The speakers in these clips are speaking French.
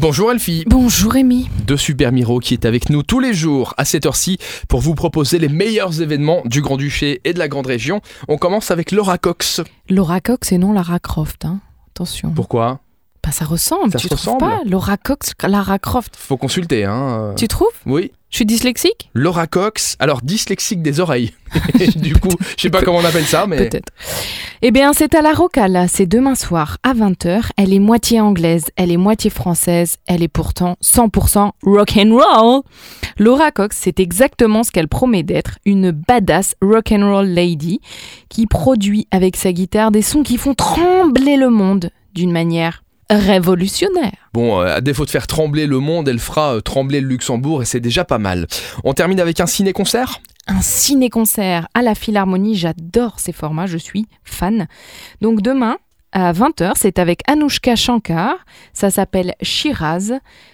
Bonjour Elfie, Bonjour Rémi. de Super Miro qui est avec nous tous les jours à cette heure-ci pour vous proposer les meilleurs événements du Grand-Duché et de la Grande Région. On commence avec Laura Cox. Laura Cox et non Lara Croft. hein. Attention. Pourquoi Bah, ça ressemble, Ça tu se trouves ressemble. pas Laura Cox, Lara Croft. Faut consulter, hein euh, Tu trouves Oui, Je suis dyslexique Laura Cox, alors dyslexique des oreilles. du coup, je sais pas comment on appelle ça, mais Peut-être. Eh bien, c'est à la Rocala, c'est demain soir à 20h. Elle est moitié anglaise, elle est moitié française, elle est pourtant 100% rock'n'roll. Laura Cox, c'est exactement ce qu'elle promet d'être, une badass rock'n'roll lady qui produit avec sa guitare des sons qui font trembler le monde d'une manière révolutionnaire. bon, euh, à défaut de faire trembler le monde, elle fera euh, trembler le Luxembourg et c'est déjà pas mal. On termine avec un ciné-concert un ciné-concert à la Philharmonie. J'adore ces formats, je suis fan. Donc demain, à 20h, c'est avec Anoushka Shankar. Ça s'appelle Shiraz.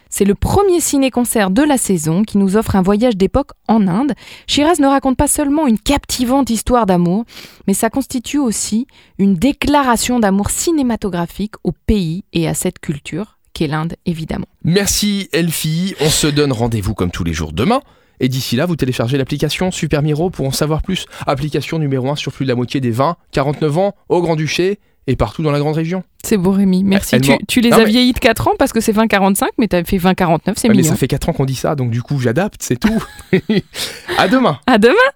C'est le premier ciné-concert de la saison qui nous offre un voyage d'époque en Inde. Shiraz ne raconte pas seulement une captivante histoire d'amour, mais ça constitue aussi une déclaration d'amour cinématographique au pays et à cette culture qu'est l'Inde, évidemment. Merci Elfie, on se donne rendez-vous comme tous les jours demain. Et d'ici là, vous téléchargez l'application Super Miro pour en savoir plus. Application numéro 1 sur plus de la moitié des 20-49 ans au Grand-Duché et partout dans la grande région. C'est beau Rémi, merci. Elle Tu, ment. tu les Non, as mais- vieillis de 4 ans parce que c'est 20-45, mais t'as fait 20-49, c'est Ouais, Ah, mais mignon. ça fait 4 ans qu'on dit ça, donc du coup j'adapte, c'est tout. à demain À demain